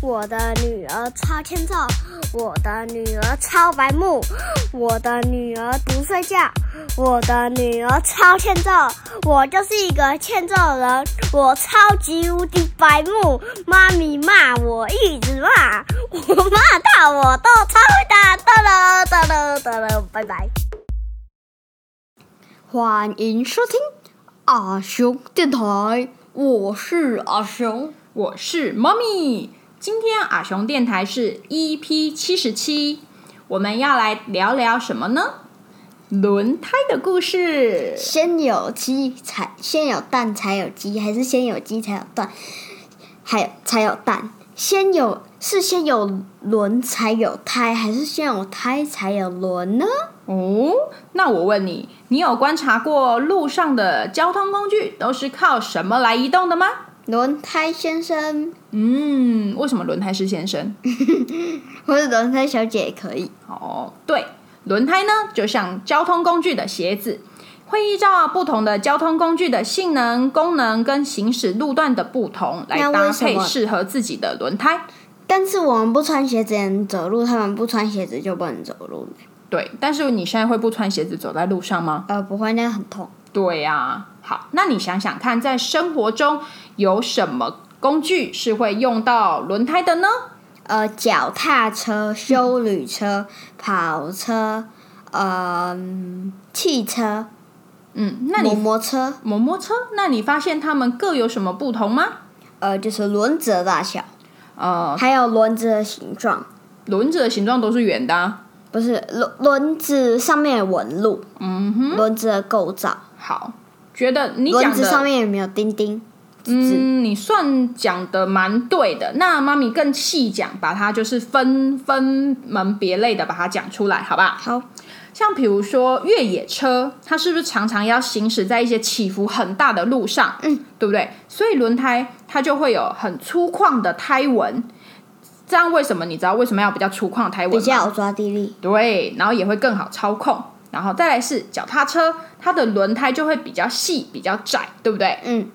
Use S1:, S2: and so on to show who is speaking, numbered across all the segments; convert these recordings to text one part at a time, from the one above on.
S1: 我的女儿超欠揍，我的女儿超白目，我的女儿不睡觉，我的女儿超欠揍，我就是一个欠揍人，我超级无敌白目，妈咪骂我一直骂，我骂到我都超会打，哒了哒了哒了，拜拜。
S2: 欢迎收听阿雄电台，我是阿雄。
S3: 我是猫咪。今天阿雄电台是 EP 七十七，我们要来聊聊什么呢？轮胎的故事。
S2: 先有鸡才先有蛋才有鸡，还是先有鸡才有蛋？还有才有蛋？先有是先有轮才有胎，还是先有胎才有轮呢？
S3: 哦，那我问你，你有观察过路上的交通工具都是靠什么来移动的吗？
S2: 轮胎先生
S3: 嗯，为什么轮胎是先生？
S2: 或者轮胎小姐也可以。
S3: 哦，对，轮胎呢，就像交通工具的鞋子，会依照不同的交通工具的性能、功能跟行驶路段的不同来
S2: 那为
S3: 搭
S2: 什
S3: 配
S2: 么
S3: 适合自己的轮胎。
S2: 但是我们不穿鞋子也能走路，他们不穿鞋子就不能走路了。
S3: 对，但是你现在会不穿鞋子走在路上吗？
S2: 呃，不会，那样很痛。
S3: 对呀、好，那你想想看，在生活中有什么工具是会用到轮胎的呢？
S2: 呃，脚踏车、修旅车、跑车，嗯、汽车、
S3: 嗯，那
S2: 摩
S3: 你
S2: 摩车，
S3: 摩摩车，那你发现它们各有什么不同吗？
S2: 呃，就是轮子的大小，
S3: 呃，
S2: 还有轮子的形状，
S3: 轮子的形状都是圆的啊、
S2: 不是轮轮子上面有纹路，
S3: 嗯哼，
S2: 轮子的构造，
S3: 好，觉得你
S2: 轮
S3: 讲
S2: 子
S3: 的，
S2: 上面有没有钉钉？
S3: 嗯，你算讲的蛮对的。那妈咪更细讲，把它就是分分门别类的把它讲出来，好不好？
S2: 好，
S3: 像比如说越野车，它是不是常常要行驶在一些起伏很大的路上？嗯，对不对？所以轮胎它就会有很粗犷的胎纹。这样为什么？你知道为什么要比较粗犷的胎纹吗？
S2: 比较有抓地力。
S3: 对，然后也会更好操控。然后再来是脚踏车，它的轮胎就会比较细、比较窄，对不对？
S2: 嗯，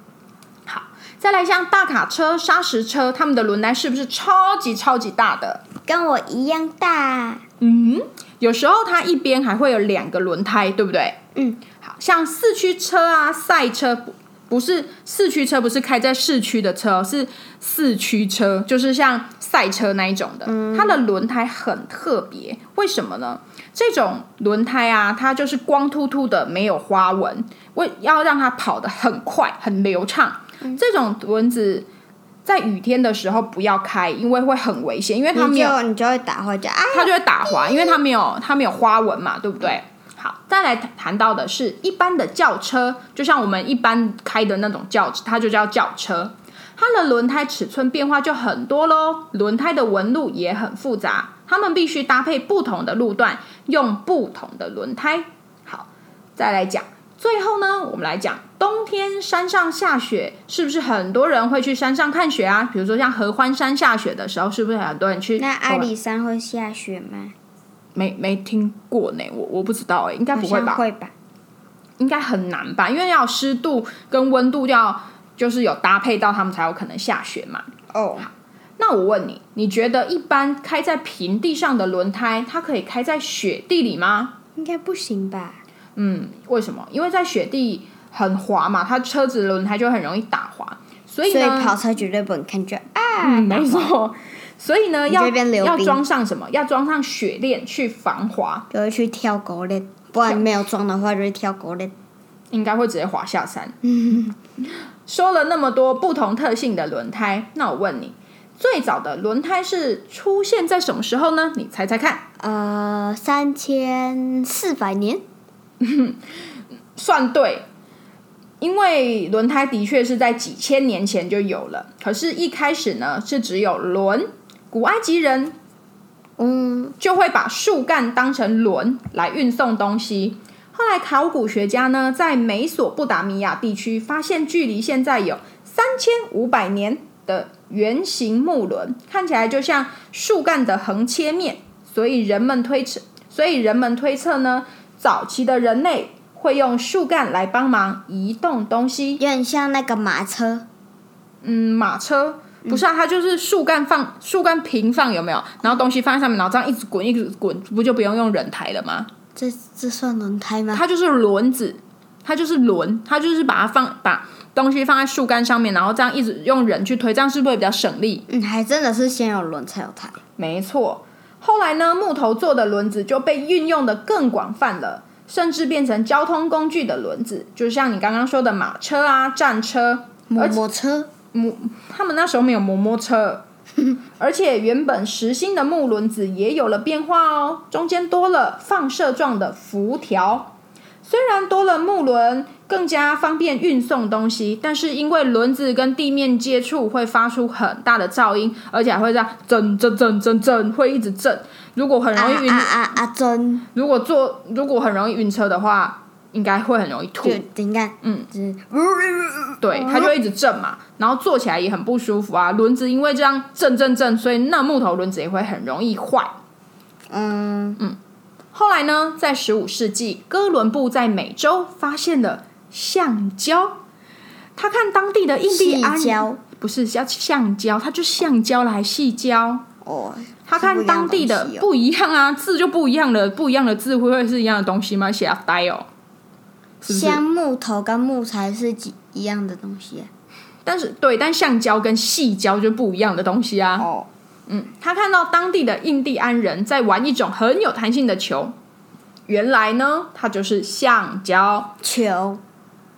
S3: 再来像大卡车、砂石车，它们的轮胎是不是超级超级大的？
S2: 跟我一样大。
S3: 嗯，有时候它一边还会有两个轮胎，对不对？
S2: 嗯，
S3: 好像四驱车啊、赛车不不是四驱车，不是开在市区的车哦，是四驱车，就是像赛车那一种的。它的轮胎很特别，为什么呢？这种轮胎啊，它就是光秃秃的，没有花纹，为要让它跑得很快、很流畅。这种轮子在雨天的时候不要开，因为会很危险，因为它
S2: 你
S3: 没有
S2: 就你就会打坏脚啊！
S3: 它就会打滑，因为它没有它没有花纹嘛，对不对？
S2: 嗯
S3: 好，再来谈到的是一般的轿车，就像我们一般开的那种轿，它就叫轿车。它的轮胎尺寸变化就很多喽，轮胎的纹路也很复杂，它们必须搭配不同的路段，用不同的轮胎。好，再来讲，最后呢，我们来讲冬天山上下雪，是不是很多人会去山上看雪啊？比如说像合欢山下雪的时候，是不是很多人去？
S2: 那阿里山会下雪吗？
S3: 没没听过呢，我我不知道哎，应该
S2: 好
S3: 不会
S2: 像
S3: 吧？
S2: 会吧。
S3: 应该很难吧，因为要湿度跟温度要就是有搭配到，他们才有可能下雪嘛。
S2: 哦，
S3: 那我问你，你觉得一般开在平地上的轮胎，它可以开在雪地里吗？
S2: 应该不行吧？
S3: 嗯，为什么？因为在雪地很滑嘛，它车子轮胎就很容易打滑，所以
S2: 所以
S3: 呢，
S2: 跑车绝对不能看就啊！
S3: 嗯，没错。所以呢，
S2: 你
S3: 要
S2: 这边溜
S3: 要
S2: 冰
S3: 装上什么？要装上雪链去防滑，
S2: 就会去跳狗链，不然没有装的话就会跳狗链。
S3: 应该会直接滑下山。说了那么多不同特性的轮胎，那我问你，最早的轮胎是出现在什么时候呢？你猜猜看，
S2: 呃，三千四百年，
S3: 算对，因为轮胎的确是在几千年前就有了，可是，一开始呢是只有轮。古埃及人
S2: 嗯，
S3: 就会把树干当成轮来运送东西。后来，考古学家呢在美索不达米亚地区发现，距离现在有三千五百年的圆形木轮，看起来就像树干的横切面。所以人们推测，所以人们推测呢，早期的人类会用树干来帮忙移动东西。
S2: 有点像那个马车，
S3: 嗯，马车不是啊，它就是树干放树干平放有没有？然后东西放在上面，然后这样一直滚一直滚，不就不用用人抬了吗？
S2: 这这算轮胎吗？
S3: 它就是轮子，它就是轮，它就是把它放把东西放在树干上面，然后这样一直用人去推，这样是不是会比较省力？
S2: 嗯，还真的是先有轮才有胎。
S3: 没错。后来呢，木头做的轮子就被运用的更广泛了，甚至变成交通工具的轮子，就像你刚刚说的马车啊、战车。
S2: 摩摩车
S3: 他们那时候没有摩 摩车，而且原本实心的木轮子也有了变化哦，中间多了放射状的辐条。虽然多了木轮，更加方便运送东西，但是因为轮子跟地面接触会发出很大的噪音，而且还会这样震震震震震，会一直震。如果很
S2: 啊
S3: 容易晕，
S2: 啊啊啊！真
S3: 如果坐如果很容易晕车的话，应该会很容易吐
S2: 就。你看，嗯，就是哦
S3: 对，它就会一直震嘛，然后坐起来也很不舒服啊。轮子因为这样震震震，所以那木头轮子也会很容易坏。
S2: 嗯，
S3: 后来呢，在十五世纪，哥伦布在美洲发现了橡胶。他看当地的印第安
S2: 细胶
S3: 人，不是叫橡胶，它就橡胶了，还细胶。
S2: 哦，
S3: 他看当地的
S2: 是不
S3: 不一样啊，字就不一样了，不一样的字会会是一样的东西吗？写啊呆哦，是不
S2: 一
S3: 是？
S2: 样的东西哦像木头跟木材是几一样的东西啊
S3: 但是对，但橡胶跟细胶就不一样的东西啊。
S2: 哦，
S3: 他看到当地的印第安人在玩一种很有弹性的球，原来呢，它就是橡胶。
S2: 球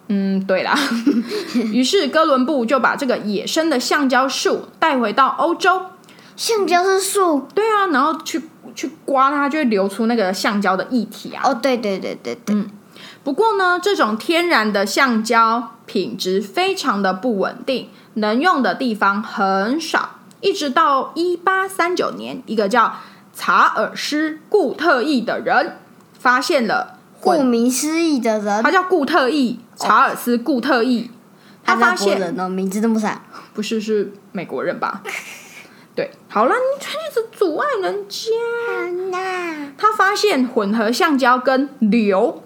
S3: 嗯，对啦。于是哥伦布就把这个野生的橡胶树带回到欧洲。
S2: 橡胶是树
S3: 对啊，然后去去刮它，就会流出那个橡胶的液体啊。
S2: 哦，对对对对对，
S3: 嗯不过呢，这种天然的橡胶品质非常的不稳定，能用的地方很少。一直到一八三九年，一个叫查尔斯·固特异的人发现了
S2: 顾
S3: 混，
S2: 名思义的人
S3: 他，叫固特异，查尔斯·固特异，他发
S2: 阿拉伯
S3: 现
S2: 人哦，名字这么长，
S3: 不是是美国人吧？对，好了，你一直阻碍人家。
S2: 那
S3: 他发现混合橡胶跟硫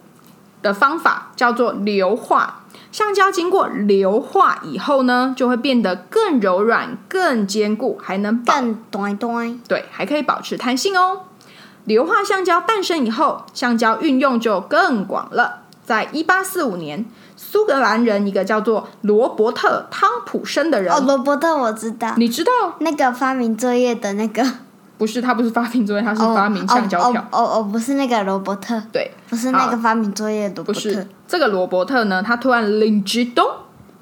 S3: 的方法叫做硫化。橡胶经过硫化以后呢，就会变得更柔软、更坚固，还能保
S2: 更短短，
S3: 对，还可以保持弹性哦。硫化橡胶诞生以后，橡胶运用就更广了。在一八四五年，苏格兰人一个叫做罗伯特·汤普森的人，
S2: 哦，罗伯特我知道，
S3: 你知道，
S2: 那个发明作业的那个，
S3: 不是他不是发明作业，他是
S2: 哦，
S3: 发明橡胶条。
S2: 哦哦哦，不是那个罗伯特，
S3: 对，
S2: 不是那
S3: 好
S2: 个发明作业的罗伯
S3: 不是
S2: 特，
S3: 这个罗伯特呢，他突然灵机一动，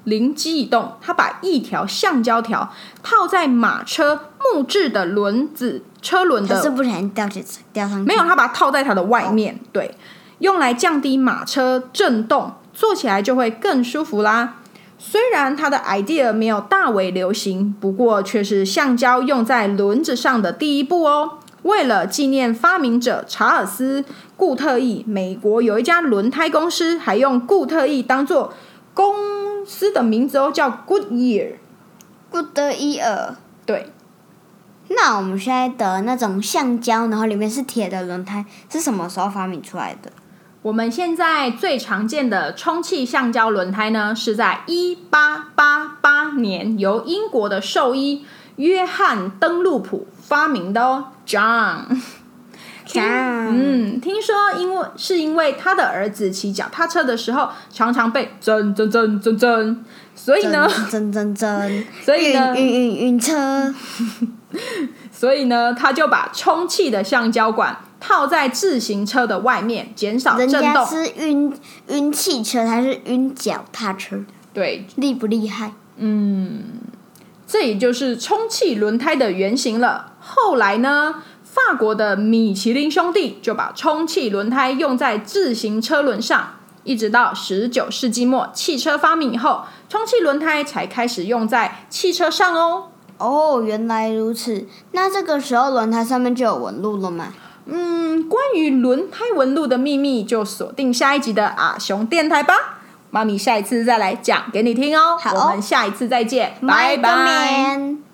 S3: 灵机一动，他把一条橡胶条套在马车木质的轮子车轮
S2: 他是
S3: 的，
S2: 不小心掉下去掉上去，
S3: 没有，他把它套在它的外面，对，用来降低马车震动，坐起来就会更舒服啦。虽然他的 idea 没有大为流行，不过却是橡胶用在轮子上的第一步哦。为了纪念发明者查尔斯·固特异，美国有一家轮胎公司还用固特异当做公司的名字哦，叫 Goodyear。
S2: 不得已尔。
S3: 对，
S2: 那我们现在的那种橡胶，然后里面是铁的轮胎，是什么时候发明出来的？
S3: 我们现在最常见的充气橡胶轮胎呢，是在一八八八年由英国的兽医约翰·登路普发明的哦，John。
S2: 嗯，
S3: 嗯，听说因为是因为他的儿子骑脚踏车的时候常常被震震震震震，所以呢，
S2: 真真真，
S3: 所以
S2: 晕
S3: 呢，
S2: 晕晕晕车，
S3: 所以呢，他就把充气的橡胶管套在自行车的外面，减少
S2: 人
S3: 震
S2: 家
S3: 动。
S2: 是晕晕汽车，他是晕脚踏车，
S3: 对，
S2: 厉不厉害？
S3: 这也就是充气轮胎的原型了。后来呢，法国的米其林兄弟就把充气轮胎用在自行车轮上，一直到十九世纪末汽车发明以后，充气轮胎才开始用在汽车上哦。
S2: 哦，原来如此。那这个时候轮胎上面就有纹路了嘛？
S3: 嗯，关于轮胎纹路的秘密，就锁定下一集的阿雄电台吧。妈咪下一次再来讲给你听哦。
S2: 好哦
S3: 我们下一次再见，
S2: 买
S3: 拜
S2: 个
S3: 拜。
S2: 棉